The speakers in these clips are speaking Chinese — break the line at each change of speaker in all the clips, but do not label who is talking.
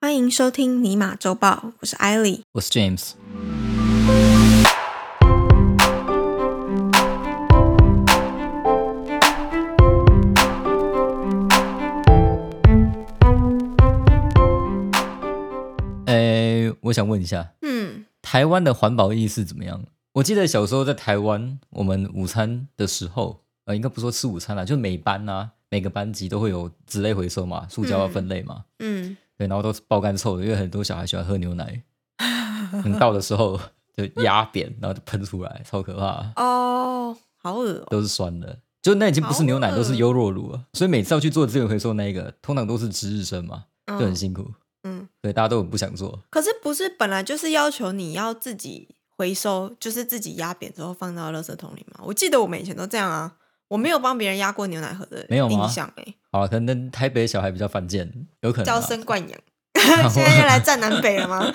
欢迎收听尼玛周报，我是艾莉。
我是 James。诶，哎我想问一下，
嗯，
台湾的环保意识怎么样？我记得小时候在台湾，我们午餐的时候，呃，应该不是说吃午餐啦，就每班啊，每个班级都会有纸类回收嘛，塑胶要分类嘛。
嗯，
对，然后都是爆干臭的，因为很多小孩喜欢喝牛奶，你倒的时候就压扁，然后就喷出来，超可怕，
哦，好恶哦、
都是酸的。就那已经不是牛奶，
好恶哦
都是优酪乳了。所以每次要去做资源回收那一个，通常都是值日生嘛，就很
嗯
辛苦。
嗯，
对，大家都很不想做。
可是不是本来就是要求你要自己回收，就是自己压扁之后放到垃圾桶里吗？我记得我们以前都这样啊，我没有帮别人压过牛奶盒的
没有吗
印象哎、
好了，可能台北小孩比较犯贱，有可能
娇
啊。
生惯 养。 现在要来站南北了吗？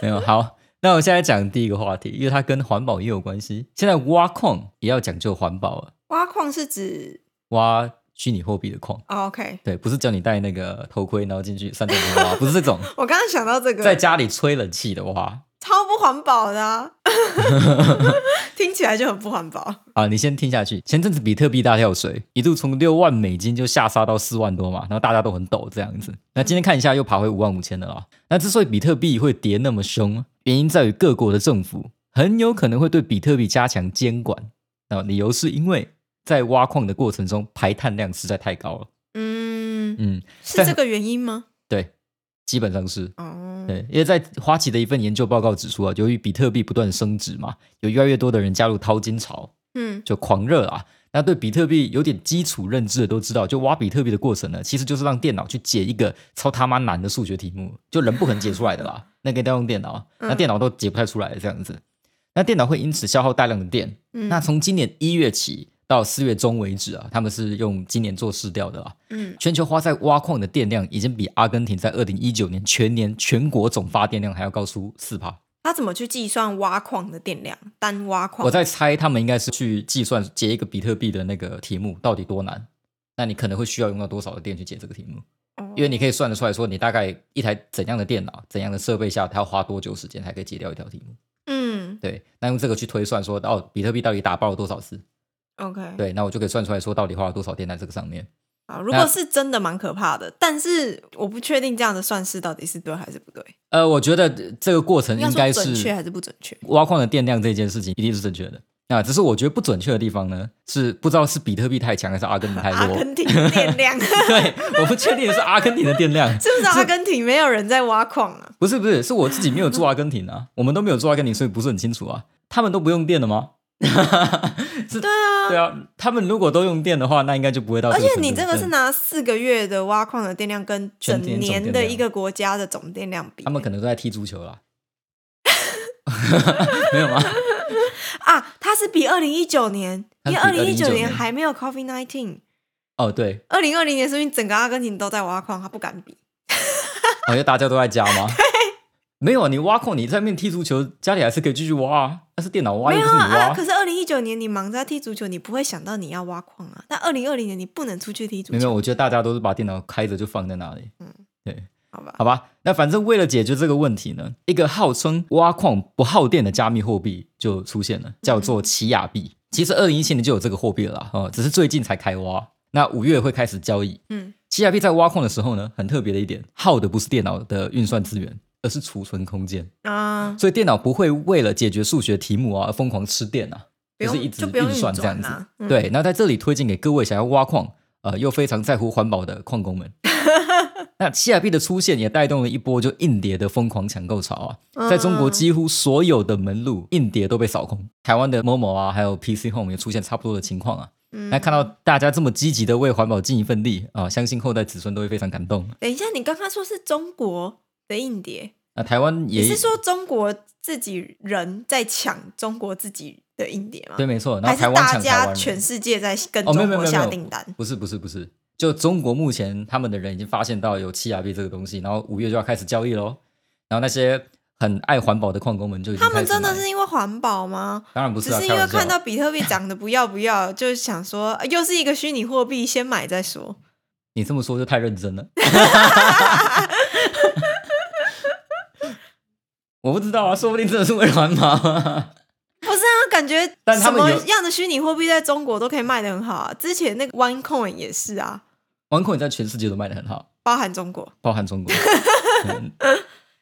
没有好，那我现在讲第一个话题，因为它跟环保也有关系。现在挖矿也要讲究环保了，
挖矿是指、
挖虚拟货币的矿。
哦、OK，
对，不是叫你戴那个头盔，然后进去三点钟挖，不是这种。
我刚刚想到这
在
个，
家里吹冷气的话，
超不环保的、 啊， 听起来就很不环保。
啊，你先听下去。前阵子比特币大跳水，一度从六万美金就下杀到四万多嘛，然后大家都很抖这样子。那今天看一下，又爬回五万五千的啦。那之所以比特币会跌那么凶，原因在于各国的政府很有可能会对比特币加强监管。那理由是因为在挖矿的过程中排碳量实在太高了。
嗯，
嗯，
是
但
这个原因吗？
对，基本上是。
哦，
对，因为在花旗的一份研究报告指出啊，由于比特币不断升值嘛，有越来越多的人加入淘金潮，
嗯
就狂热啊。那对比特币有点基础认知的都知道，就挖比特币的过程呢，其实就是让电脑去解一个超他妈难的数学题目，就人不可能解出来的啦。那个一定要用电脑，啊那电脑都解不太出来这样子。那电脑会因此消耗大量的电。
嗯
那从今年一月起到四月中为止啊，他们是用今年做试调的啦。
嗯，
全球花在挖矿的电量已经比阿根廷在二零一九年全年全国总发电量还要高出四趴。
他怎么去计算挖矿的电量？单挖矿？
我在猜，他们应该是去计算解一个比特币的那个题目到底多难。那你可能会需要用到多少的电去解这个题目？
哦，
因为你可以算得出来说，你大概一台怎样的电脑、怎样的设备下，它要花多久时间才可以解掉一条题目？
嗯
对，那用这个去推算说，哦，比特币到底打爆了多少次？
嗯，OK，，
对，那我就可以算出来说，到底花了多少电在这个上面？
好，如果是真的蛮可怕的，但是我不确定这样的算式到底是对还是不对，
呃，我觉得这个过程应该
说准确
是
还是不准确？
挖矿的电量这件事情一定是正确的。那只是我觉得不准确的地方呢，是不知道是比特币太强还是阿根廷太
阿
弱。
根廷的电 量是
对，我不确定是阿根廷的电量，
不是阿根廷没有人在挖矿啊？
不是不是，是我自己没有做阿根廷啊， 我们都没有做阿根廷，所以不是很清楚啊。他们都不用电的吗？ 是对啊，对啊，他们如果都用电的话，那应该就不会到个
而
程度。
且你这个是
哦对
拿四个月的挖矿的电量跟整
全年总
年
电
的
量
一个国家的总电量比
他，们可能都在踢足球啦，没有吗？
啊，它是比二零一九年，
它
因
是
为
比
二零一
2019
九年
年
还没有 COVID nineteen，
哦，对，
二零二零年说明整个阿根廷都在挖矿，他不敢比。
好、哦、像大家都在家 吗？没有，你挖空你在那边踢足球，家里还是可以继续挖啊。那是电脑挖，
没有
又不是你挖。
啊，可是二零一九年你忙着踢足球，你不会想到你要挖矿啊。但二零二零年你不能出去踢足
没有，
球，
我觉得大家都是把电脑开着就放在那里。嗯，对。
好吧？
好吧，那反正为了解决这个问题呢，一个号称挖矿不耗电的加密货币就出现了，叫做奇亚币。其实二零一七年就有这个货币了啦，哦，只是最近才开挖。那五月会开始交易。
嗯，
奇亚币在挖矿的时候呢，很特别的一点，耗的不是电脑的运算资源，而是储存空间。
啊，
所以电脑不会为了解决数学题目啊而疯狂吃电啊，
不用
是一直
就不用
运算这样
运
子。
转啊嗯
对，那在这里推荐给各位想要挖矿呃又非常在乎环保的矿 工们。那七亚币的出现也带动了一波就硬碟的疯狂抢购潮啊，在中国几乎所有的门路硬碟都被扫空，台湾的 Momo 啊，还有 PC Home 也出现差不多的情况啊。
嗯
那看到大家这么积极的为环保尽一份力啊，相信后代子孙都会非常感动。
等一下，你刚刚说是中国的硬碟，
那台湾也
你是说中国自己人在抢中国自己的硬碟吗？
对，没错，然
还
后台
是
湾
大
抢台湾
家
人
全世界在跟
哦，没
中
有没有
国
没有
下
没有
订单？
不是不是不是，就中国目前他们的人已经发现到有七亚币这个东西，然后五月就要开始交易喽。然后那些很爱环保的矿工们就已经
他们
开始
真的
买
是因为环保吗？
当然不
只
啊，
是因
开
为
玩笑
看到比特币涨得不要不要， 就想说啊又是一个虚拟货币，先买再说。
你这么说就太认真了。我不知道啊，说不定真的是为了环保、啊。
不是啊，感觉
但他
什
们
么
有
样的虚拟货币在中国都可以卖的很好啊。之前那个 OneCoin 也是啊，
王孔也在全世界都卖的很好，
包含中国。
包含 中国。嗯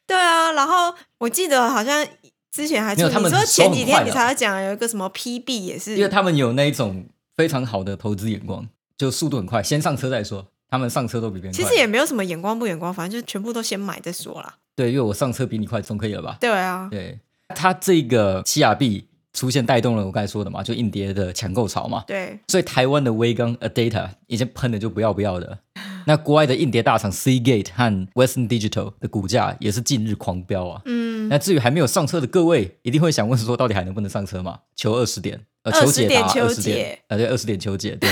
对啊，然后我记得好像之前还
没有
出，
他
你
们
说前几
收
天
很快的
你才要讲有一个什么 PB 也是
因为，他们有那一种非常好的投资眼光，就速度很快，先上车再说。他们上车都比别人快。
其实也没有什么眼光不眼光，反正就全部都先买再说啦。
对，因为我上车比你快，总可以了吧？
对啊，
对，它这个西亚币出现带动了我刚才说的嘛，就硬碟的抢购潮嘛。
对，
所以台湾的微刚 A Data 已经喷的就不要不要的。那国外的硬碟大厂 Seagate 和 Western Digital 的股价也是近日狂飙啊。
嗯，
那至于还没有上车的各位，一定会想问说，到底还能不能上车嘛？求二十点，呃，求解答
20
二
点
十
求
点
解，
啊、对，二十点求解。对。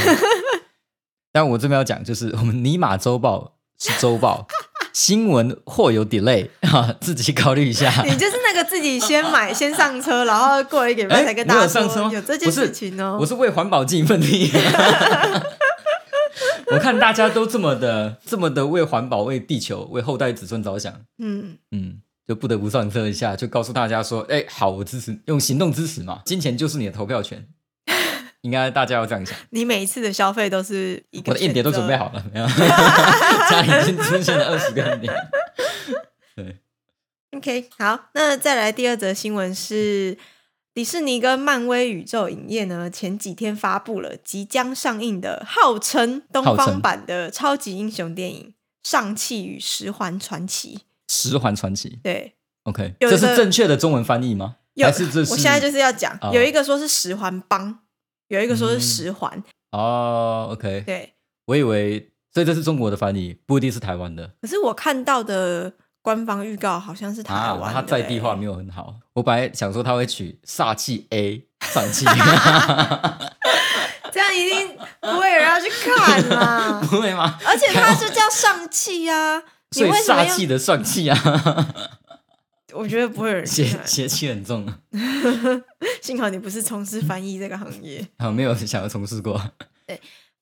但我这边要讲，就是我们尼玛周报是周 报，新闻或有 delay 啊，自己考虑 一下。
你就是那个自己先买先上车，然后过了一个礼拜
哎
才跟大家
我有上车
说
吗
有这件
不是
事情哦
我。是为环保尽一份力。 我看大家都这么的、这么的为环保、为地球、为后代子孙着想，
嗯，
嗯，就不得不上车一下，就告诉大家说，哎、好，我支持，用行动支持嘛，金钱就是你的投票权。应该大家要这样想，
你每一次的消费都是一个
我的硬碟都
选择
准备，好了，没有？ 家里已经出现了二十个硬碟。
OK，好，那再来第二则新闻是迪士尼跟漫威宇宙影业呢，前几天发布了即将上映的号称东
号
方
称
版的超级英雄电影《上汽与十环传奇》。
十环传奇
对，
，OK，
有一个
这是正确的中文翻译吗？
有
还是这是？
我现在就是要讲，
哦嗯
有一个说是十环帮，有一个说是十环。
哦，OK，
对，
我以为，所以这是中国的翻译，不一定是台湾的。
可是我看到的官方预告好像是台湾的、
啊，他在地化
欸
没有很好。我本来想说他会取煞气 A 上气，
这样一定不会有人要去看啦。
不会吗？
而且它就叫上汽 啊，你
所以
为什么
煞
要
气？的上气啊，
我觉得不会有人去
邪
看。
邪气很重
幸好你不是从事翻译这个行业。
啊，没有想要从事过。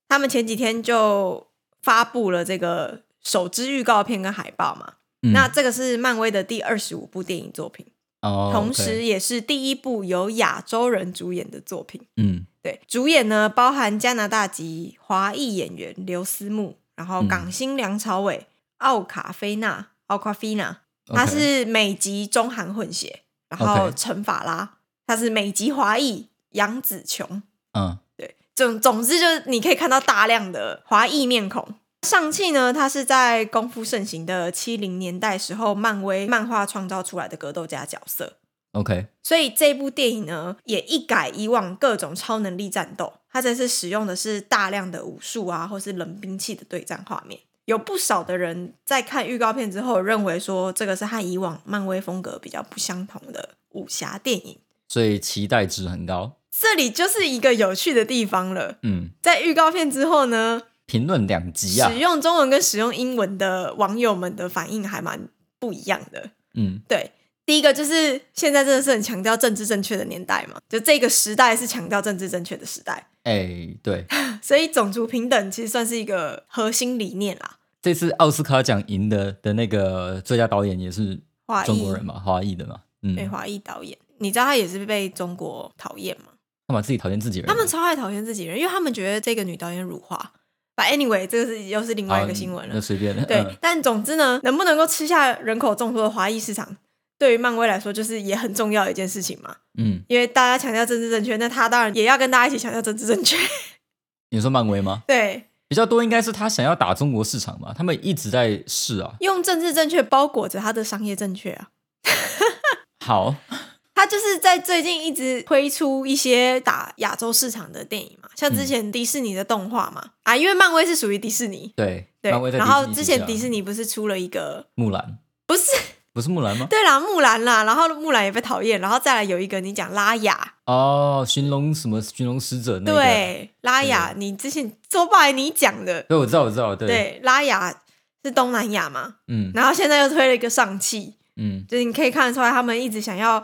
他们前几天就发布了这个首支预告片跟海报嘛。
嗯
那这个是漫威的第二十五部电影作品，
哦，
同
OK
时也是第一部由亚洲人主演的作品。
嗯，
对，主演呢包含加拿大籍华裔演员刘思慕，然后
嗯
港星梁朝伟、奥卡菲娜、奥卡菲娜，他
OK
是美籍中韩混血，然后
OK
陈法拉，他是美籍华裔杨紫琼，
嗯
对，总总之就是你可以看到大量的华裔面孔。上汽呢，它是在功夫盛行的七零年代时候，漫威漫画创造出来的格斗家角色。
OK，
所以这部电影呢，也一改以往各种超能力战斗，它这次使用的是大量的武术啊，或是冷兵器的对战画面。有不少的人在看预告片之后，认为说这个是和以往漫威风格比较不相同的武侠电影。
所以期待值很高。
这里就是一个有趣的地方了。
嗯，
在预告片之后呢，
评论两极啊
使，用中文跟使用英文的网友们的反应还蛮不一样的。
嗯，
对，第一个就是现在真的是很强调政治正确的年代嘛，就这个时代是强调政治正确的时代，
哎，对，
所以种族平等其实算是一个核心理念啦。
这次奥斯卡奖赢的的那个最佳导演也是
华裔
中国人嘛，华裔的嘛，嗯，
对，华裔导演，你知道他也是被中国讨厌吗？
他把自己讨厌自己人，
他们超爱讨厌自己人，因为他们觉得这个女导演辱华。But anyway，这个是又是另外一个新闻
啊那
了。
随便，
对
嗯，
但总之呢，能不能够吃下人口众多的华裔市场，对于漫威来说就是也很重要的一件事情嘛。
嗯，
因为大家强调政治正确，那他当然也要跟大家一起强调政治正确。
你说漫威吗？
对，
比较多应该是他想要打中国市场嘛，他们一直在试啊。
用政治正确包裹着他的商业正确啊。
好，
他就是在最近一直推出一些打亚洲市场的电影嘛，像
嗯
之前迪士尼的动画嘛，啊，因为漫威是属于迪士尼，
对，
对
漫威，在
然后
尼
之
旗
前
下
迪士尼不是出了一个，
木兰
不是，
不是木兰吗？
对啦，木兰啦，然后木兰也被讨厌，然后再来有一个你讲拉雅，
哦，寻龙什么寻龙使者那个，
对，拉雅，你之前周爸来你讲的，
对，我知道我知道，对，
对，拉雅是东南亚嘛，
嗯
然后现在又推了一个上汽，
嗯
就是你可以看得出来，他们一直想要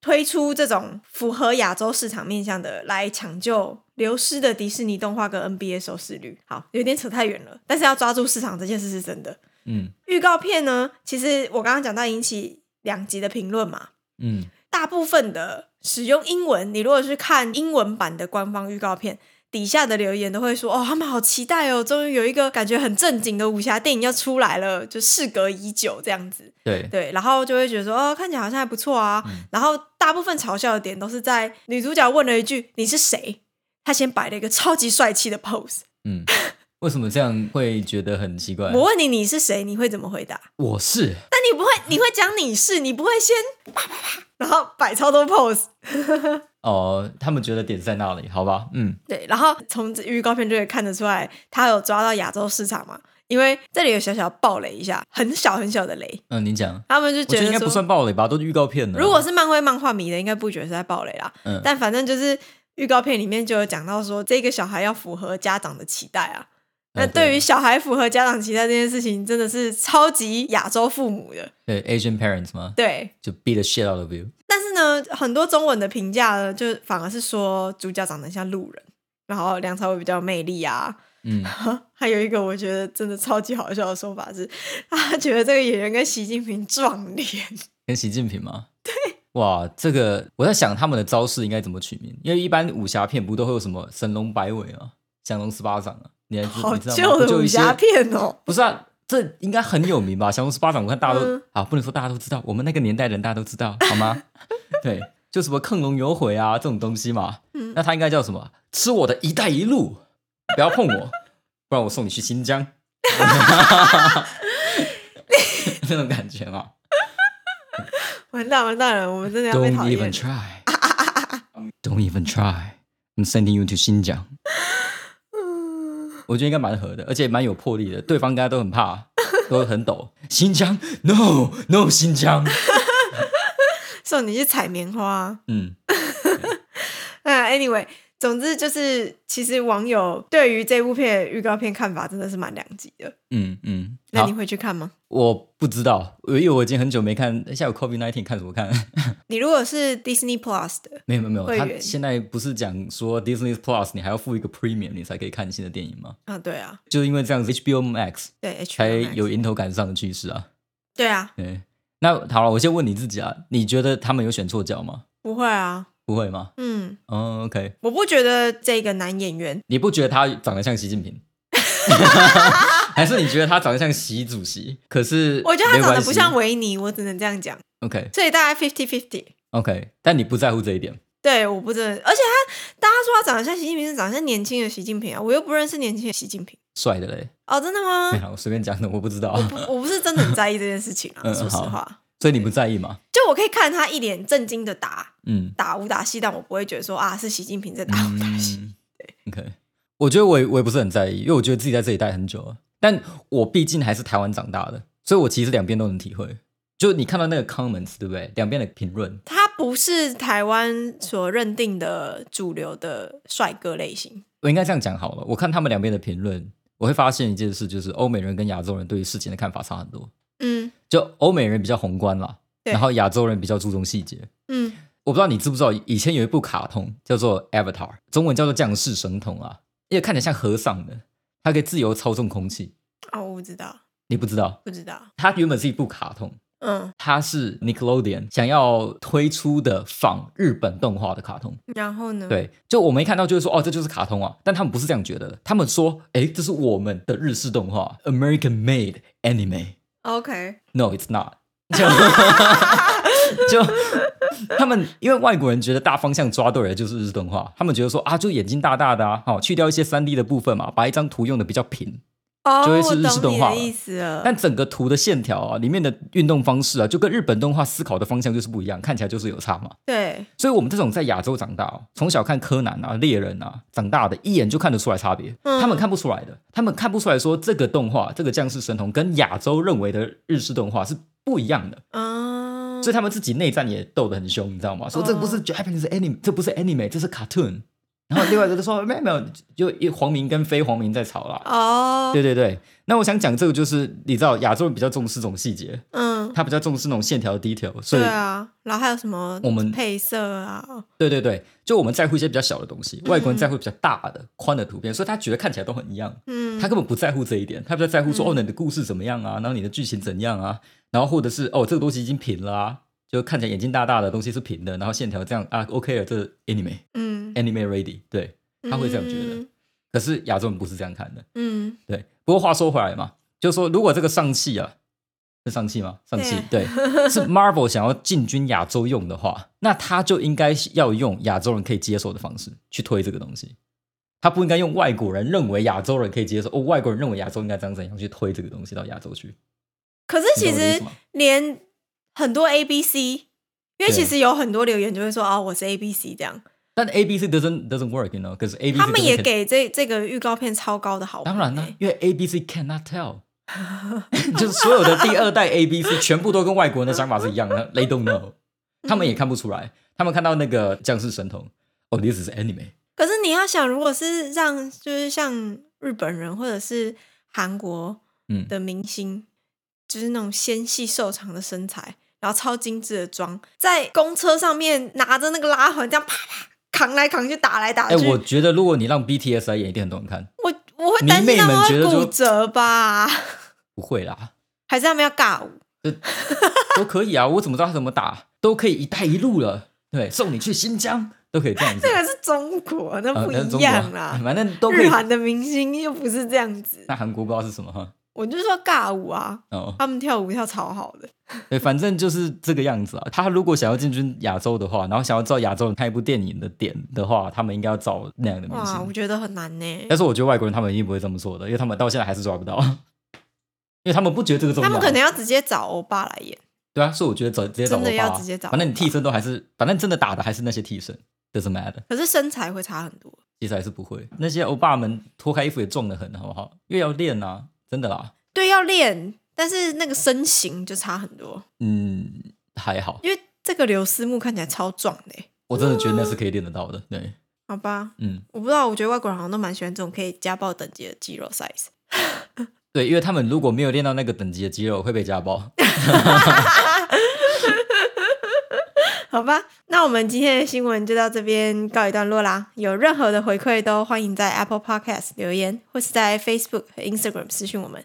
推出这种符合亚洲市场面向的，来抢救流失的迪士尼动画跟 NBA 收视率。好，有点扯太远了，但是要抓住市场这件事是真的。
嗯
预告片呢，其实我刚刚讲到引起两集的评论嘛，
嗯，
大部分的使用英文，你如果去看英文版的官方预告片，底下的留言都会说：“哦，他们好期待哦，终于有一个感觉很正经的武侠电影要出来了，就事隔已久这样子。”
对，
对，然后就会觉得说：“哦，看起来好像还不错啊。
嗯
然后大部分嘲笑的点都是在女主角问了一句：“你是谁？”她先摆了一个超级帅气的 pose。
嗯，为什么这样会觉得很奇怪？
我问你你是谁，你会怎么回答？
我是
但你不会，你会讲你是，你不会先啪啪啪，然后摆超多 pose。
哦，他们觉得点在那里，好吧，嗯，
对，然后从这预告片就可以看得出来，他有抓到亚洲市场嘛？因为这里有小小暴雷一下，很小很小的雷，
嗯，你讲，
他们就
我觉得应该
得
不
说，
算暴雷吧，都是预告片了。
如果是漫威漫画迷的，应该不觉得是在暴雷啦。
嗯，
但反正就是预告片里面就有讲到说，这个小孩要符合家长的期待啊。那
嗯对
对于小孩符合家长期待这件事情，真的是超级亚洲父母的。
对 Asian parents 吗？
对，
就 beat the shit out of you。
但是呢，很多中文的评价呢，就反而是说主角长得像路人，然后梁朝伟比较有魅力啊，
嗯，
还有一个我觉得真的超级好笑的说法是，他觉得这个演员跟习近平撞 脸。
跟习近 平吗？对。哇，这个我在想他们的招式应该怎么取名，因为一般武侠片不都会有什么神龙摆尾啊、降龙十八掌啊，你还知
好
你知道吗？
旧的
就有
武
一些
侠片哦，
不是啊，这应该很有名吧？降龙十八掌，我看大家都、
嗯
啊，不能说大家都知道，我们那个年代人大家都知道，好 吗？对，就什么亢龙有悔啊这种东西嘛。
嗯
那它应该叫什么？吃我的一带一路，不要碰我，不然我送你去 新疆。 那种感觉嘛。
完蛋完蛋了，我们真的要被
Don't
讨
even
厌。
try. Don't even try. I'm sending you to 新疆。我觉得应该蛮合的，而且蛮有魄力的。对方应该都很怕，都很抖。新疆，no no，新疆。
送你去采棉花。
嗯，
那 anyway，总之就是，其实网友对于这部片预告片看法真的是蛮两极的。
嗯嗯，
那
好
你，会去看吗？
我不知道，因为我已经很久没看，下午 COVID nineteen 看什么看？
你如果是 Disney Plus 的，
没有没有没有，
会
他
员
现在不是讲说 Disney Plus 你还要付一个 premium 你才可以看新的电影吗？
啊，对啊，
就是因为这样子 HBO Max
对
才
HBO Max
有迎头赶上的趋势啊。
对啊，
对，那好了，我先问你自己啊，你觉得他们有选错角吗？
不会啊，
不会吗？
嗯，
嗯、o k
我不觉得这个男演员
你不觉得他长得像习近平？ 还是你觉得他长得像习主席？可是
我觉得他长得不像
我。
维尼，我只能这样讲，
OK
所以大概 fifty fifty。
OK，但你不在乎这一点。
对，我不真的，而且他大家说他长得像习近平，是长得像年轻的习近平啊，我又不认识年轻的习近平。
帅的嘞，
哦，真的
没
吗？
有，我随便讲的，我不知道
我，不，我不是真的很在意这件事情啊，
嗯
说实
好
话，
所以你不在意嘛？
就我可以看他一脸震惊的打
嗯
打武打戏，但我不会觉得说啊是习近平在打武打戏。
嗯，OK，我觉得我也我也不是很在意，因为我觉得自己在这里待很久了，但我毕竟还是台湾长大的，所以我其实两边都能体会。就你看到那个 comments 对不对？两边的评论，
他不是台湾所认定的主流的帅哥类型，
我应该这样讲好了。我看他们两边的评论，我会发现一件事，就是欧美人跟亚洲人对于事情的看法差很多。
嗯
就欧美人比较宏观啦，
对
然后亚洲人比较注重细节。
嗯，
我不知道你知不知道，以前有一部卡通叫做《Avatar》，中文叫做《降世神童》啊，因为看起来像和尚的，它可以自由操纵空气。
哦，我不知道，
你不知道，
不知道，
它原本是一部卡通，
嗯，
它是 Nickelodeon 想要推出的仿日本动画的卡通。
然后呢？，
对，就我没看到，就会说哦，这就是卡通啊。但他们不是这样觉得的，他们说，诶，这是我们的日式动画，American made anime。
OK，
No, it's not 就。就他们，因为外国人觉得大方向抓对了就是日式动画，他们觉得说啊，就眼睛大大的啊，好、去掉一些三 D 的部分嘛，把一张图用的比较平，
哦，
就
我
会
懂
是
你
日式动画
的
了
意思了。
但整个图的线条啊，里面的运动方式啊，就跟日本动画思考的方向就是不一样，看起来就是有差嘛。
对，
所以我们这种在亚洲长大、哦，从小看柯南啊、猎人啊长大的，一眼就看得出来差别。
嗯
他们看不出来的，他们看不出来说这个动画、这个降世神童跟亚洲认为的日式动画是不一样的。
啊，
所以他们自己内战也斗得很凶，你知道吗？说
哦
这不是 Japanese anime，这不是 anime，这是 cartoon。然后另外一个就说没有没有，就一黄明跟非黄明在吵啦。
哦，
对对对，那我想讲这个就是你知道亚洲人比较重视这种细节，
嗯，
他比较重视那种线条的 detail，所以
对啊，然后还有什么
我们
配色啊？
对对对，就我们在乎一些比较小的东西，外国人在乎比较大的、宽的图片，所以他觉得看起来都很一样。
嗯，
他根本不在乎这一点，他比较在乎说、哦，你的故事怎么样啊，然后你的剧情怎样啊，然后或者是哦，这个东西已经平了啊，就看起来眼睛大大的东西是平的，然后线条这样啊，OK 了，这 anime
嗯，
anime ready，对哎他会这样觉得。可是亚洲人不是这样看的，
嗯，
对。不过话说回来嘛，就是说如果这个上汽啊，是上汽吗？上汽
啊
对，是 Marvel 想要进军亚洲用的话，那他就应该要用亚洲人可以接受的方式去推这个东西。他不应该用外国人认为亚洲人可以接受，哦，外国人认为亚洲应该这样怎样去推这个东西到亚洲去。
可是其
你懂我的意
实
思吗
连很多 A B C，因为其
对
实有很多留言就会说啊，我是 A B C 这样，
但 A B C doesn't doesn't work，you know，可是 A B C
他们也
doesn't-
给这这个预告片超高的好评、欸
当然啦、哦啊因为 A B C cannot tell，就是所有的第二代 A B C 全部都跟外国人的想法是一样 的，They don't know，他们也看不出
嗯
来，他们看到那个降世神童，哦，你只是 anime，
可是你要想，如果是让就是像日本人或者是韩国
嗯，
的明星，就是那种纤细瘦长的身材，然后超精致的妆，在公车上面拿着那个拉环这样啪啪扛来扛去打来打
哎、
去，
我觉得如果你让 B T S 来演，一定很多人看，
我我会担心
迷妹
他
们觉
会
得就
骨折吧，
不会 啦，
还是他们要尬舞？
都可以啊，我怎么知道他怎么打，都可以一带一路了，对，送你去新疆都可 以这样子
这，个是中国，那
啊
啊不
那是
一
中国
样啦。
反正都可以
日。韩的明星又不是这样子，
那韩国不知道是什么哈，
我就说尬舞啊，
哦，
他们跳舞跳超好的。
对，反正就是这个样子啊。他如果想要进军亚洲的话，然后想要照亚洲人拍一部电影的点的话，他们应该要找那样的明
哇，我
星。
觉得很难呢。
但是我觉得外国人他们一定不会这么做的，因为他们到现在还是抓不到， 因为他们不觉得这个重要。啊
他们可能要直接找欧巴来演。
对啊，所以我觉得找直接找
真的
欧巴啊
要直接找
反正你
欧巴
替身都还是，反正真的打的还是那些替身，doesn't matter，
可是身材会差很多。
其实还是不会。那些欧巴们脱开衣服也重的很，好不好？因为要练啊，真的啦。
对，要练，但是那个身形就差很多。
嗯，还好，
因为这个刘思慕看起来超壮的欸，
我真的觉得那是可以练得到的。对，
好吧？
嗯。
我不知道，我觉得外国人好像都蛮喜欢这种可以家暴等级的肌肉 size。
对，因为他们如果没有练到那个等级的肌肉，会被家暴。
好吧，那我们今天的新闻就到这边告一段落啦。有任何的回馈都欢迎在 Apple Podcast 留言，或是在 Facebook 和 Instagram 私讯我们，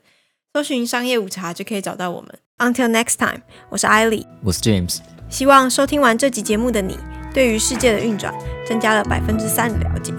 搜寻“商业午茶”就可以找到我们。Until next time，我是艾莉。
我是 James，
希望收听完这集节目的你，对于世界的运转增加了百分之三的了解。